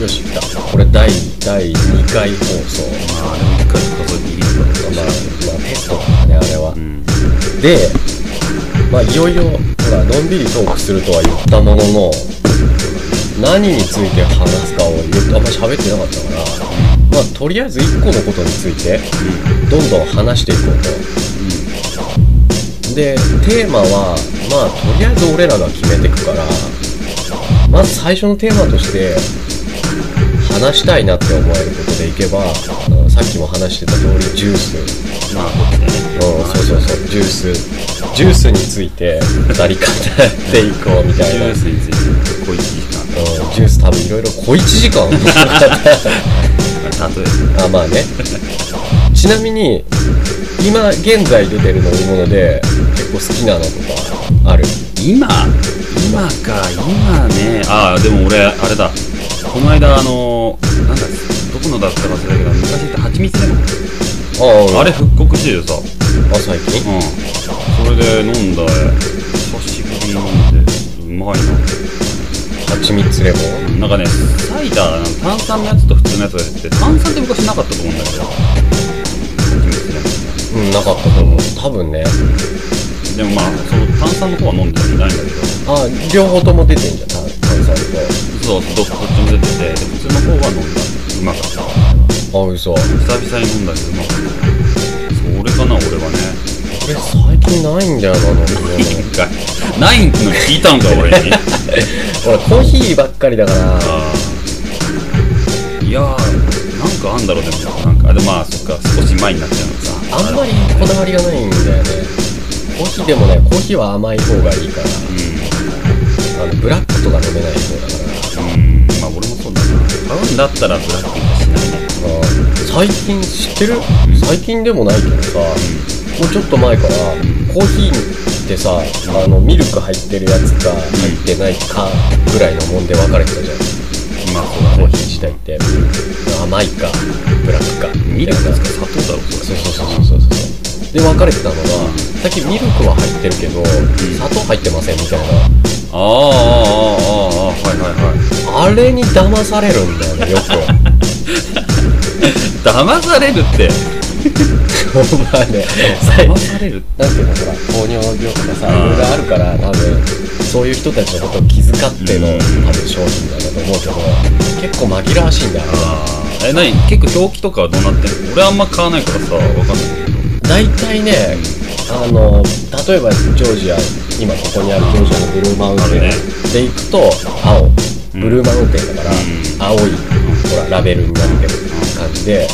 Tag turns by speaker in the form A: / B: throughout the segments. A: よし来たこれ第第2回放送
B: あれも結構そギリギリだった
A: まあまあペットだねあれは、
B: うん
A: でまあいよいよほらのんびりトークするとは言ったものの何について話すかを言うとあんまり喋ってなかったからまあとりあえず1個のことについてどんどん話していこうと、でテーマはまあとりあえず俺らが決めてくからまず最初のテーマとして話したいなって思えることでいけばあのさっきも話してた通りジュース
B: まあこっちでね
A: うん、そうそうそうジュースジュースについて語り語っていこうみた
B: ジ
A: いな、
B: ュ
A: う
B: ー
A: ん、
B: スについて小一時間
A: ジュース多分いろいろ小1時 間
B: まあ例え
A: あまあねちなみに今現在出てる飲み物で結構好きなのとかある
B: 今今か今ねああでも俺あれだこの間あのなんだどこのだったか忘れたけど昔言った蜂蜜レモン
A: あ
B: あれ復刻しててさ
A: あ最近
B: うんそれで飲んだ久しぶりに飲んでうまいな
A: 蜂蜜レモ
B: うんなんかねサイダーの炭酸のやつと普通のやつが出てて炭酸って昔なかったと思うんだけど蜂蜜レモン
A: ンう
B: ね
A: んなかったと思う多分ね
B: でもまあその炭酸の方は飲んでないんだけど
A: あ両方とも出てんじゃん炭炭酸
B: そうどどっちも出ててで普通の方は飲んだうまかった
A: とあ嘘
B: 久々に飲んだけどうまかったそれかな俺はね
A: これ最近ないんだよな飲み物
B: ないの聞いたんか俺に
A: 俺コーヒーばっかりだから
B: あーいやーなんかあんだろうでもなんかあでもまあそっか少し前になっちゃうのさ
A: あんまりこだわりがないんだよねコーヒーでもねコーヒーは甘い方がいいからあのブラックとか飲めない方だから
B: うんうんまあ俺もそうだな買うんだったらブラックにはしないね
A: あー最近知ってる最近でもないけどさもうちょっと前からコーヒーってさあのミルク入ってるやつか入ってないかぐらいのもんで分かれてたじゃん
B: まあそうだね
A: コーヒー自体って甘いかブラックか
B: ミルクですか砂糖だろこれ
A: そうそうそうそうそうそうで分かれてたのがさっきミルクは入ってるけど砂糖入ってませんみたいな
B: あーあーあーあーあーはいはいは
A: あ
B: い
A: れに騙されるんだよね、よく。
B: 騙されるって
A: まあね、最
B: 騙される
A: なんていうの、ほら、糖尿病とかさ、
B: うん
A: いろいろあるから、多分、そういう人たちのことを気遣っての、多分商品なんだと思うけど、結構紛らわしいんだよ。
B: あーえ何結構表記とかはどうなってんの俺あんま買わないからさわかんないけど
A: 大体ね、あの、例えば、ジョージア、今ここにあるジョージアのブルーマウンテン
B: あるね
A: で行くと、青、
B: うん
A: ブルーマウンテンだから、
B: うん
A: 青い、ほら、ラベルになってる感じで、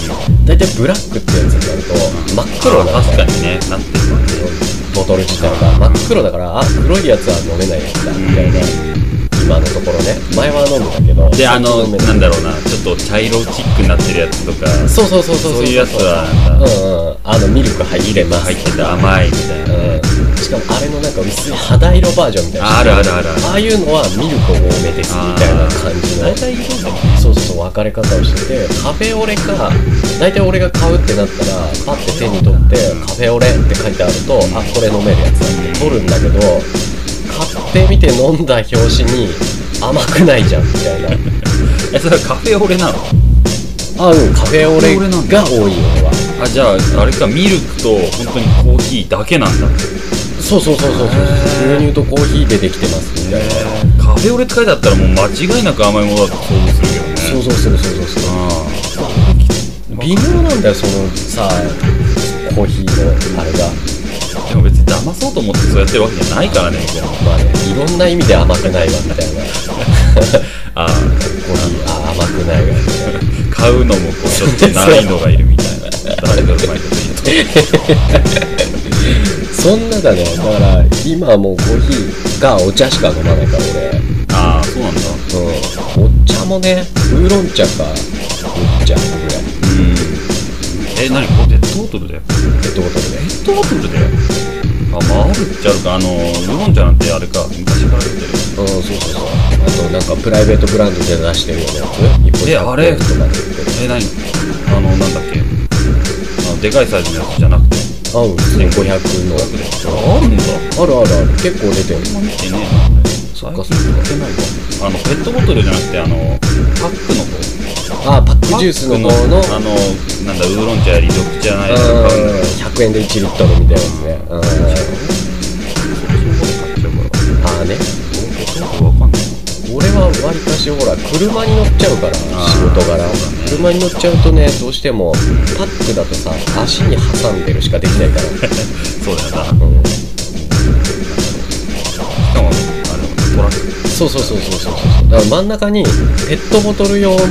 A: 大体ブラックってやつになると、真っ黒なんだよ
B: 確かにねなってるわね
A: ボトル自体が真っ黒だからあ黒いやつは飲めないやつだみたいな今のところね前は飲んでたけど
B: であの
A: 飲め
B: なんだろうなちょっと茶色チックになってるやつとか
A: そうそうそうそう
B: そういうやつは
A: う
B: なんか
A: んうんあのミルク入ってます
B: 入ってて甘いみたいなね
A: うんしかもあれのなんか薄い肌色バージョンみたいな
B: あるあるあるある
A: ああいうのはミルク多めですみたいな感じの
B: 大体色だもん
A: そうそうそう分かれ方をしててカフェオレか大体俺が買うってなったらパッて手に取って
B: うん
A: カフェオレって書いてあるとあこれ飲めるやつだって取るんだけど買ってみて飲んだ表紙に甘くないじゃんみたいな
B: えそれはカフェオレなの
A: あうんカフェオレ
B: カフェオレなん
A: が多い俺は
B: あじゃああれかミルクと本当にコーヒーだけなんだ
A: そうそうそうそうそう
B: へー
A: 牛乳とコーヒーでできてますみたいな
B: カフェオレって書いてあったらもう間違いなく甘いものだと想像するけどね
A: そうそうそうそうそうそう
B: う
A: 微妙なんだよそのさコーヒーのあれが
B: んでも別に騙そうと思ってそうやってるわけじゃないからねみたいな
A: まあねいろんな意味で甘くないわみたいな
B: あー
A: コーヒーあ甘くないわみたいな
B: 買うのもこうちょっと難易度がいるみたいな誰がうまいこと言うと
A: そんなだねだから今はもうコーヒーかお茶しか飲まないから
B: ああそうなんだ
A: 俺、うん、お茶もねウーロン茶か麦茶ぐらい
B: うんえ何これペットボトルだよ
A: ペ
B: ペ
A: ットボトルで
B: ットボトルだよあまああるっちゃあるかあのウーロン茶なんてあれか昔から出て
A: う
B: る
A: んそうそうそうあとなんかプライベートブランドで出してるようなやつ一本
B: えあれ
A: 100円とかで売ってる
B: え何あのなんだっけあのでかいサイズのやつじゃなくて
A: あうん普通に500の
B: これあるんだ
A: あるあるある結構出てる
B: あんま見てねえな
A: そっ
B: 最近
A: か
B: 買ってないわあのペットボトルじゃなくてあのパックの方
A: あパックジュースの方の
B: あのなんだウーロン茶より緑茶ないやつ買う
A: う
B: んだ
A: ん100円で1リットルみたいなやつねうんああね
B: わかんない
A: 俺は割かしほら車に乗っちゃうから仕事柄車に乗っちゃうとねどうしてもパックだとさ足に挟んでるしかできないから
B: そうだよな
A: うん
B: しかもあれトラック
A: そうそうそうそうそうそうだから真ん中にペットボトル用のペ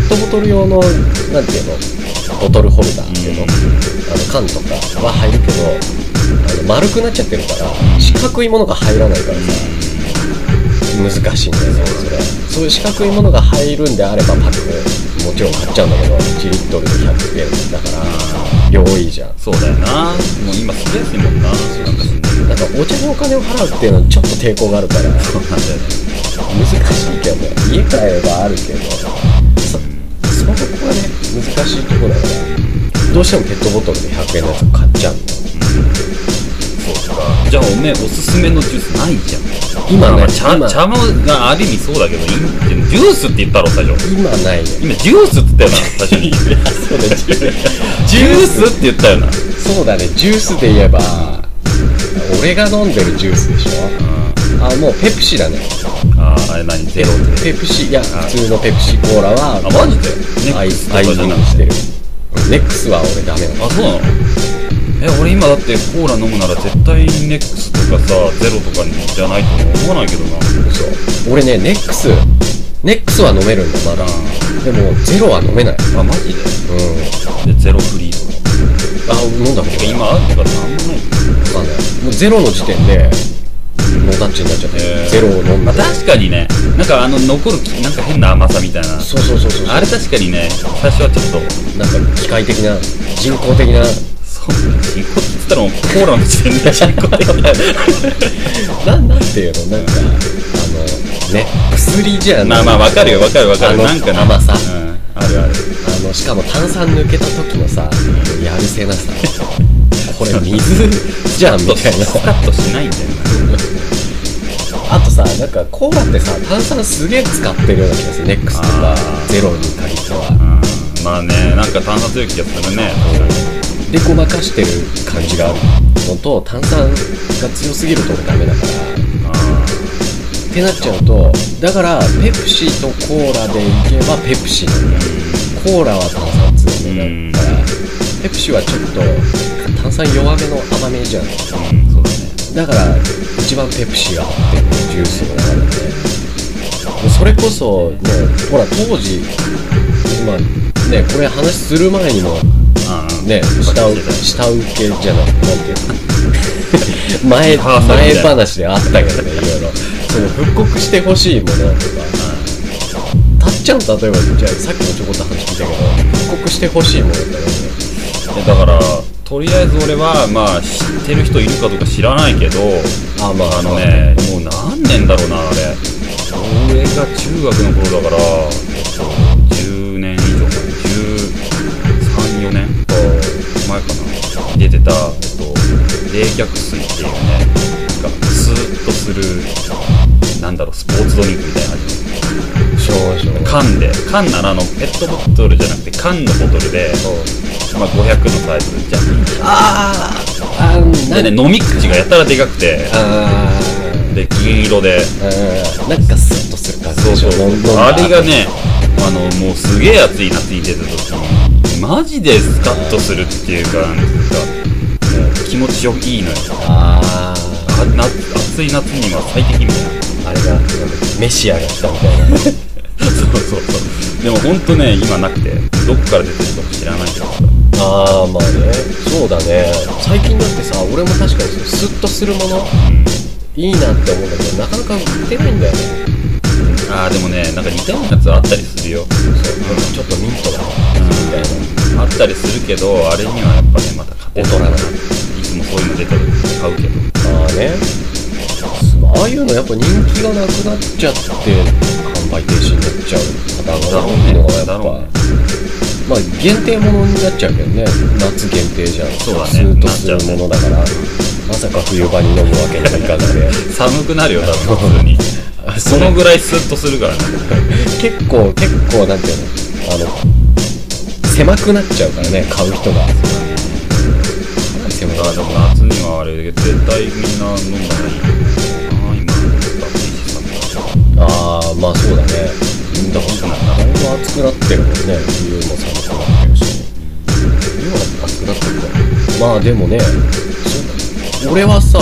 A: ットボトル用のなんていうのボトルホルダーっていうの,、
B: うん
A: あの缶とかは入るけどあの丸くなっちゃってるから四角いものが入らないからさ難しいんだよねそれそういう四角いものが入るんであればパックもちろん買っちゃうんだけど1リットルで100円だから用意じゃん
B: そうだよなもう今すげえ安いもんななんかね
A: なんかお茶にお金を払うっていうのはちょっと抵抗があるから
B: そうなんだよね
A: 難しいけどね家帰ればあるけどそそこがね難しいところだからどうしてもペットボトルで100円のやつを買っちゃうの
B: そうかじゃあおめえおすすめのジュースないじゃん
A: 今
B: ま
A: ね
B: あ茶
A: 今
B: 茶もがある意味そうだけどいいでもジュースって言ったろ最初
A: 今ないね
B: 今ジュースって言ったよな最初に
A: そうだジュー
B: ジュースって言ったよな
A: そうだねジュースで言えば俺が飲んでるジュースでしょあもうペプシだね
B: あーあれ何ゼロっ
A: ペ
B: て
A: プシいや普通のペプシコーラは
B: あマジでネ
A: ア
B: ッ
A: イ
B: ク
A: ス
B: ス
A: アイ
B: と
A: ス
B: かじゃ
A: に
B: な
A: して
B: くて
A: るネックスは俺ダメなの
B: あそうなのえ俺今だってコーラ飲むなら絶対ネックスとかさゼロとかにじゃないと思わないけどな
A: そう俺ねネックスネックスは飲めるんだまだでもゼロは飲めない
B: あマジで
A: うん
B: でゼロフリーとか
A: あ飲んだ
B: て
A: ことな
B: か
A: い
B: 今あるからなんもない
A: 分かんないもうゼロの時点でノータッチになっちゃって
B: へー
A: ゼロを飲ん
B: ま
A: だ
B: あ確かにねなんかあの残るきなんか変な甘さみたいな
A: そうそうそうそう
B: あれ確かにね最初はちょっと
A: なんか機械的な人工的な
B: そう人工って言ったらもうコーラの時点で人工的だよ
A: なんなんていうのなんかあのね薬じゃない
B: まあまあわかるよわかるわかる
A: あの
B: なんかね
A: 甘さ
B: うん、あるある
A: あのしかも炭酸抜けた時のさやるせなさこれ水じゃんみたいな
B: スカッとしないんだよ
A: あとさ、なんかコーラってさ、炭酸すげえ使ってるような気がする。ネックスとか
B: あ、ー
A: ゼロに限っては。
B: な、うん、まあねなんか炭酸強い気がするね
A: で、ごまかしてる感じがあるのと、炭酸が強すぎると俺ダメだから。ってなっちゃうと、だから、ペプシとコーラでいけばペプシなんだよ。コーラは炭酸強めだから、ペプシはちょっと炭酸弱めの甘めじゃん。
B: うん、うん、そうだね
A: だから一番ペプシが合ってるジュースの中でもうそれこそねほら当時まあねこれ話する前にも
B: うん
A: ね下う下請けじゃなくてなんていうの 前前話であったけどねいろいろその復刻してほしいものとかたっちゃん例えばじゃあさっきもちょこっと話聞いたけど復刻してほしいものって
B: えだからとりあえず俺はまあ知ってる人いるかどうか知らないけど
A: あまあ
B: あのねもう何年だろうなあれ俺が中学の頃だからえっと10年以上前134年前かな出てた、えっと、冷却水っていうねなんかスーッとするなんだろうスポーツドリンクみたいな味の
A: しょうがないしょうがない
B: 缶で缶ならあのペットボトルじゃなくて缶のボトルで、まあ、500のサイズじゃん
A: ああー
B: でね飲み口がやたらでかくて
A: あ
B: で銀色で
A: ーなんかスッとする感じでしょ飲んだ
B: あれがねあのもうすげえ暑い夏に出た時にマジでスカッとするっていうかなんていうかもう気持ちよいいのよ
A: あ
B: あな暑い夏には最適みたいな
A: ー あれがなんかメシアが来たみたいな
B: そうそうそうでもほんとね今なくてどっから出てるかも知らないけどさ
A: ああまあねそうだね最近だってさ俺も確かにスッとするものいいなって思うんだけどなかなか売ってないんだよね
B: あーでもねなんか似たようなやつあったりするよ
A: そうなんかちょっとミントだみたいな
B: あったりするけどあれにはやっぱねまた勝てない
A: 大人だない
B: つもそういうの出てる買うけど
A: ああねああいうのやっぱ人気がなくなっちゃって販売停止になっちゃう方
B: だ
A: が
B: ろう
A: 多いのがや
B: ね
A: っ
B: だ
A: ぱ、
B: ろうね
A: まあ限定ものになっちゃうけどね夏限定じゃん
B: そうだね
A: スーッとするものだから、まさか冬場に飲むわけにはいかないで
B: 寒くなるよ多分普通に
A: あ
B: そ
A: そ
B: の
A: の
B: ぐらいスッとするからね
A: 結構結構なんていうのあの狭くなっちゃうからね買う人がかなり狭くな
B: あ
A: っちゃ
B: でも
A: う
B: 夏にはあれ絶対みんな飲んだらいいあ今だって一時間とか
A: ああまあそうだねだからだいぶ暑くなってるもんね冬も寒くなってるし冬は暑くなってるからまあでもねそうだね俺はさ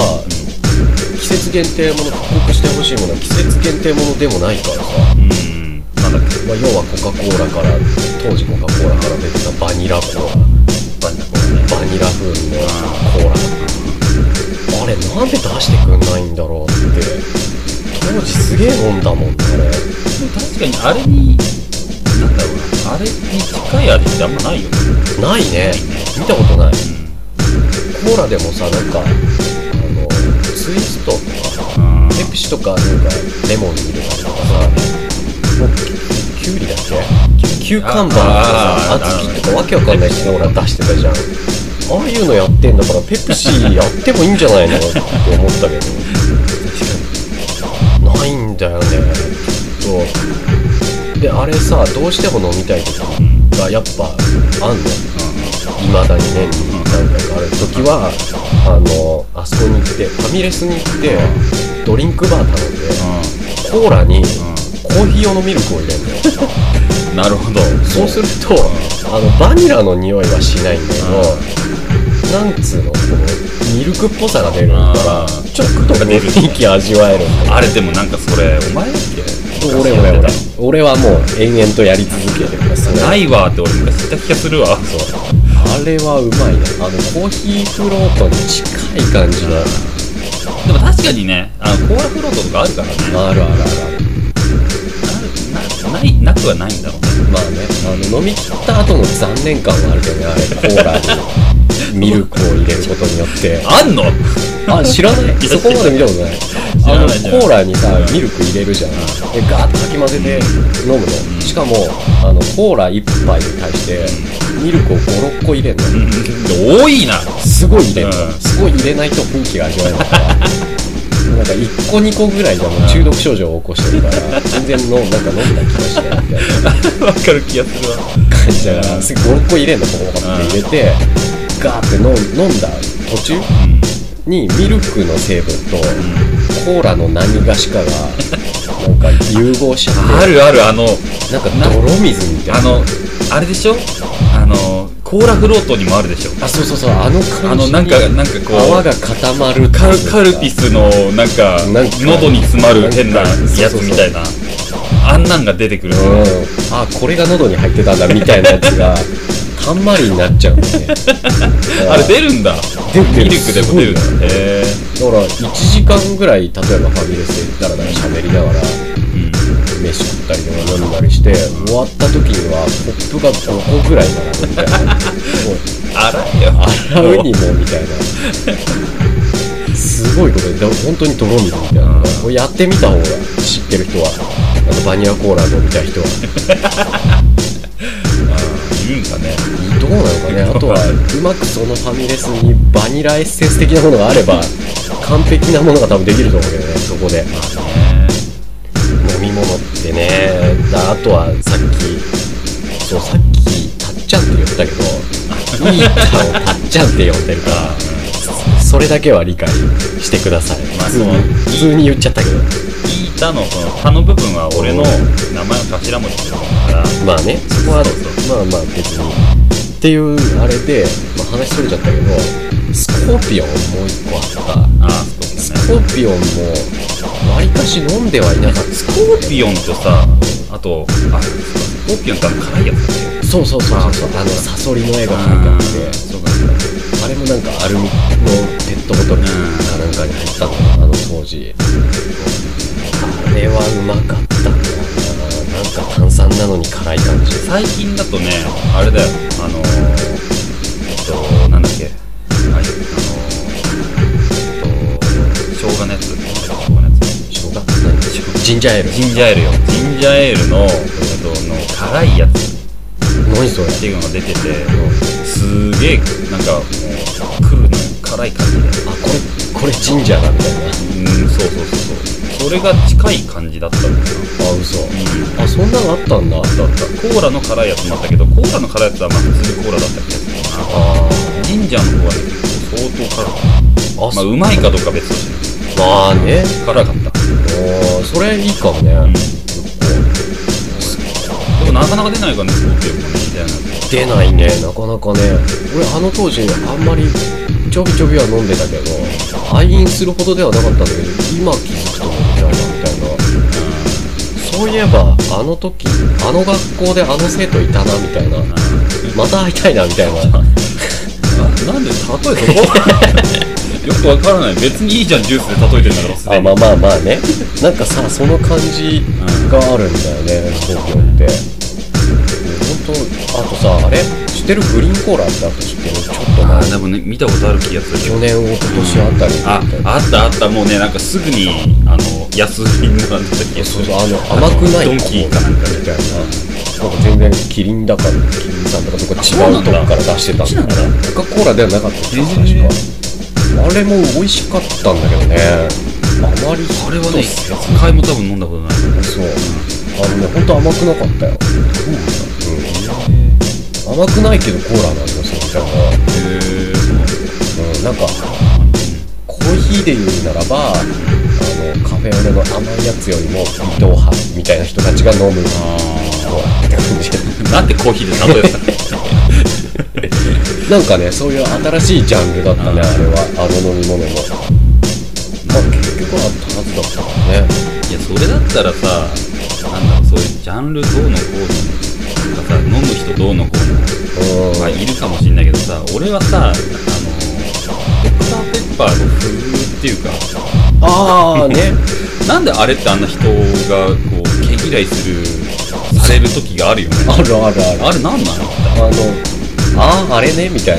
A: 季節限定もの復刻してほしいものは季節限定ものでもないからさ
B: うんなんだっけ
A: まあ、要はコカ・コーラから当時コカ・コーラから出てたバニラコーラ
B: バニラコーラね
A: バニラ風のコーラあれなんで出してくんないんだろうって当時すげえ飲んだもんね
B: でも確かにあれになんだろうなあれに近い味ってあんまないよね
A: ないね見たことないコーラでもさなんかあのツイストとか
B: うん
A: ペプシとかなんかレモン入れたりとかさもうキュウリだっけキュウカンバーとか
B: ああ
A: さ
B: ー
A: あずきとかわけわかんないしな俺は出してたじゃんああいうのやってんだからペプシやってもいいんじゃないのって思ったけどないんだよねちょっとであれさどうしても飲みたい時がやっぱあんのいまだに年に何回かある時はあのあそこに行ってファミレスに行ってドリンクバー頼んでコーラにコーヒー用のミルクを入れるのよ
B: うんなるほど
A: そうするとあのバニラの匂いはしないんだけどなんつうのこのミルクっぽさが出るから
B: うん
A: ちょっとね雰囲気味わえるんだよ
B: あれでもなんかそれお前だっけ
A: 俺俺俺俺はもう延々とやり続けてください
B: ないわーって俺昔言った気がするわそう
A: あれはうまいねあのコーヒーフロートに近い感じの
B: でも確かにねあのコーラフロートとかあるからね
A: あるあるあるある
B: ななないなくはないんだろうね
A: まあね、あの飲み切った後の残念感はあるけどね、あれ、コーラにミルクを入れることによって。
B: あんの
A: あ、知らないそこまで見たことない。あの、コーラにさ、ミルク入れるじゃん。で、ガーッとかき混ぜて飲むの。しかも、あの、コーラ1杯に対して、ミルクを5、6個入れるの。
B: 多いな
A: すごい入れるの
B: うん。
A: すごい入れないと雰囲気が味わえないから。なんか1個2個ぐらいじゃもう中毒症状を起こしてるから、全然飲んなんか飲んだ気がしないみたいな。
B: わかる気がするわ
A: 感じだから、すぐ5、6個入れんの、ポコポコって入れて、ガーって飲ん飲んだ途中にミルクの成分とコーラの何がしかが、なんか融合しちゃ
B: あ
A: っ
B: るあるあの
A: て、なんか泥水みたいな。
B: あのあれでしょあのコーラフロートにもあるでしょ
A: あ、そうそうそう、あの
B: あ
A: 感じ
B: の
A: に
B: なんかなんかこ
A: 泡
B: う
A: が固まる
B: カルカルピ
A: ス。
B: スのなんか
A: なんか
B: 喉に詰まる変なやつみたいなあんなんが出てくる。
A: うん。あ、これが喉に入ってたんだ、みたいなやつが、たんまりになっちゃうんだよね
B: あれ出るんだ
A: 出る出る
B: ミルクでも出るんだ
A: す
B: へえ
A: だから1時間ぐらい例えばファミレスでダラダラ喋りながら
B: うん
A: 飯食ったりとか飲んだりして終わった時にはコップが5個ぐらい並ぶみたいなも
B: 洗えよ
A: う洗うにもみたいなすごいことでだ本当に泥水みたいなこれやってみた方が知ってる人はあのバニラコーラ飲みたい人は
B: 言うんかね
A: どうなのかねあとはうまくそのファミレスにバニラエッセンス的なものがあれば完璧なものが多分できると思うけどねそこで。飲み物ってねだあとはさっきそうさっき「たっちゃん」って言ったけど「いいかをたっちゃん」って呼んでるからそれだけは理解してください
B: まあ
A: 普通に
B: そう
A: 普通に言っちゃったけど
B: イータのこの「タ」の部分は俺の名前の頭文字だから
A: まあねそこは
B: そうそ
A: まあまあ別にっていうあれで、まあ、話それちゃったけどスコーピオンもう一個あった
B: ああそう
A: ス
B: だね
A: コーピオンもわりかし飲んではいなかった
B: スコーピオンとさあとあスコーピオンってあの辛いやつだっけ
A: そうそうそうそうあのサソリの絵が描いてあって
B: そうかそうか
A: あれもなんかアルミのペットボトルかなんかに入ったのかなあの当時あれはうまかったななんか炭酸なのに辛い感じ
B: 最近だとねあれだよあのー、えっとなんだっけはいあのー、えっと生姜のやつなんだっけ生姜のやつ
A: しょうが何ジンジャーエール
B: ジンジャーエールよジンジャーエールの,、えっと、の辛いやつ
A: 何それ
B: っていうのが出ててすげえなんかもう来るのよ辛い感じで
A: あこれこれジンジャーだみたいな
B: うんそうそうそうそうそそれが近い感じだったんだよ
A: あ嘘あそんなのあったんだあったあった
B: コーラの辛いやつもあったけどコーラの辛いやつはまあ普通にコーラだった気がするな
A: あ
B: ジンジャーの方はね結構
A: ーあそ
B: 相当辛かったまあ
A: う
B: うまいかどうかは別として
A: まあね
B: 辛かった
A: おーそれいいかもね、
B: んでもなかなか出ないからねスコーピオンもねみたいな
A: 出ないねなかなかね俺あの当時あんまりちょびちょびは飲んでたけど愛飲するほどではなかったんだけど今気づくと思ってないなみたいなそういえばあの時あの学校であの生徒いたなみたいなまた会いたいなみたいな
B: あなんで例 えそこよくわからない別にいいじゃんジュースで例えてんだからすで
A: あ
B: に
A: まあまあまあねなんかさその感じがあるんだよね東京って本当あとさあれ知ってるグリーンコーラってあと知ってるちょっと
B: あ
A: 前
B: ーでもね見たことある気がする
A: 去年一昨年あたり
B: あ
A: みたいな
B: あったあったもうねなんかすぐにあの安いになった気がす
A: そう
B: る
A: そうあの甘くない
B: ドンキーかなんか
A: み
B: で
A: たいななんか全然キリンだからキリンさんとかとか違うとこから出してた
B: そうなんだ
A: コカ・コーラではなかった
B: へ
A: 確
B: ー
A: かあれも美味しかったんだけどねあまり
B: あれは
A: そう
B: ね
A: っすよ
B: 一回も多分飲んだことない
A: そうあのね本当甘くなかったようん甘くないけどコーラの味がするみたいな
B: へえそうなんだ
A: うん、なんかコーヒーで言うならばあのカフェオレの甘いやつよりも微糖派みたいな人たちが飲む
B: あ
A: コーラって感じ
B: ーなんでコーヒーで例えた の
A: なんかねそういう新しいジャンルだったねあれはあの飲み物もまあ結局はあったはずだったからね
B: いやそれだったらさなんだろうそういうジャンルどうのこうのとかさ飲む人どうのこうの
A: うん、
B: まあ、いるかもしれないけどさ俺はさあのドクターペッパーの風っていうか
A: ああね
B: なんであれってあんな人がこう毛嫌いするされる時があるよね
A: あるあるある
B: あれなんなの
A: あのあああれねみたい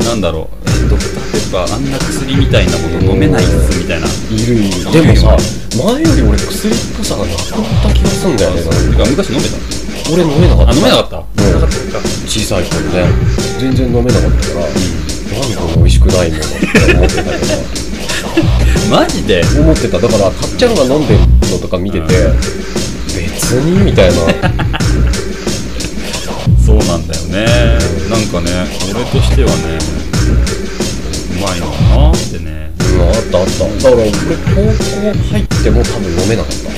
A: な
B: なんだろうえドクターペッパーあんな薬みたいなもの飲めないっすみたいない
A: るいるでもさ前より俺薬っぽさがなくなった気がするんだよね
B: てか昔飲めた
A: 俺飲めなかった
B: あ飲めなかった
A: うん
B: 飲めなかったか
A: 小さい頃ね全然飲めなかったから、何この美味しくないものって思ってたけ
B: マジで
A: ど思ってただからかっちゃんが飲んでるのとか見てて別にみたいな
B: そうなんだよねなんかね俺としてはねうまいのかなってね
A: うんあったあっただから俺高校入っても多分飲めなかった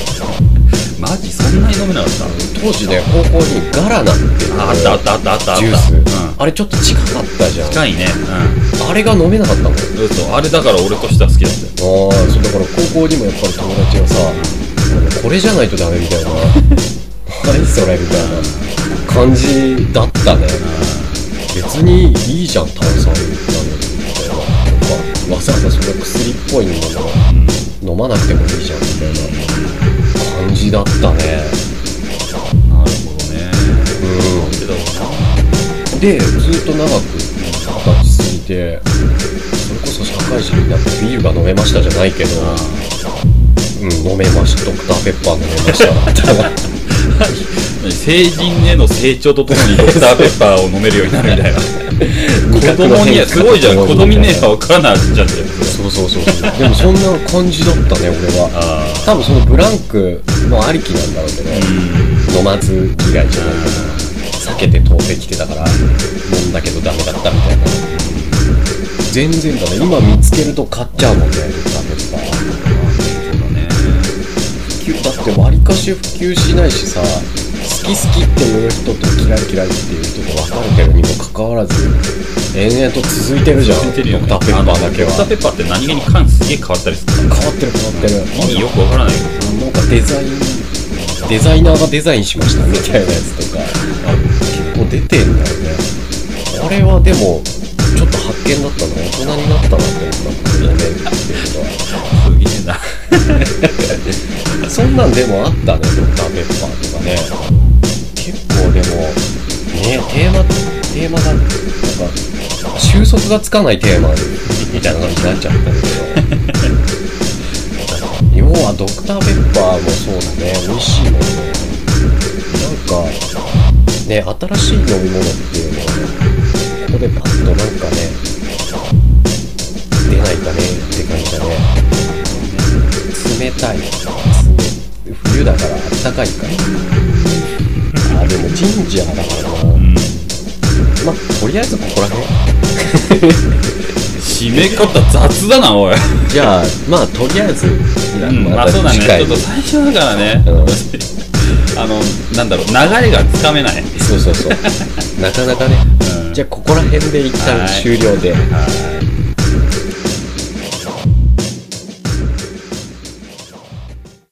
B: マジそんなに飲めなかった
A: 当時ね高校にガラナっていう
B: ああったあったあったあったあった
A: ジュース、
B: うん
A: あれちょっと近かったじゃん
B: 近いね
A: あれが飲めなかったもん
B: うん嘘あれだから俺としては好きだったよ
A: ああそうだから高校にもやっぱり友達がさ「これじゃないとダメ」みたいな「何それ」みたいな感じだったね別にいいじゃん炭酸なのにみたいななんかわざわざその薬っぽいもの飲まなくてもいいじゃんみたいな感じだったね
B: なるほどね
A: う
B: けど
A: んでずっと長く二十歳過ぎてそれこそ社会人になってビールが飲めましたじゃないけど、
B: あ
A: うん、飲めました。ドクターペッパー飲めました。
B: あ成人への成長とともにドクターペッパーを飲めるようになるみたいな 子供にはすごいじゃん子供にねわからないじゃんじゃん
A: そうそうそうそう。でもそんな感じだったね、俺は。
B: あ
A: 多分そのブランクのありきなんだろうけど、
B: あうん
A: 飲まず嫌いじゃないかな。避けて通ってきてたから、飲んだけどダメだったみたいな。全然だね。今見つけると買っちゃうもんね、ドクターペッパー。
B: そうだね
A: 普及だってわりかし普及しないしさ好き好きっていう人と嫌い嫌いっていう人と分かれてるにもかかわらず延々と続いてるじゃん
B: 似てるよね
A: ドクターペッパーだけは
B: あのドクターペッパーって何気に缶すげえ変わったりするか
A: 変わってる変わってる
B: ら意味よくわからないけど
A: なんかデザインデザイナーがデザインしましたみたいなやつとか結構出てんだよねあれはでもちょっと発見だったな大人になったなって思ったんだよねっていうことは
B: すげえな
A: そんなんでもあったね、ドクターペッパーとかね。結構でも、ね、テーマ、テーマが、なんか、収束がつかないテーマみたいな感じになっちゃったんだけど。要はドクターペッパーもそうだね、美味しいもんね。なんか、ね、新しい飲み物っていうのがね、ここでパッとなんかね、出ないかねって感じだね。詰め冷たい冷冬だからあったかいからあでもジンジャーだからな
B: うん
A: まあとりあえずここら辺
B: 締め方雑だなおい
A: じゃあまあとりあえず、
B: うん、まあそうだね、ちょっと最初だからね、
A: うん
B: あの、なんだろう、流れがつかめない。
A: そうそうそうなかなかね、
B: うん
A: じゃあここら辺で一旦終了で、
B: はい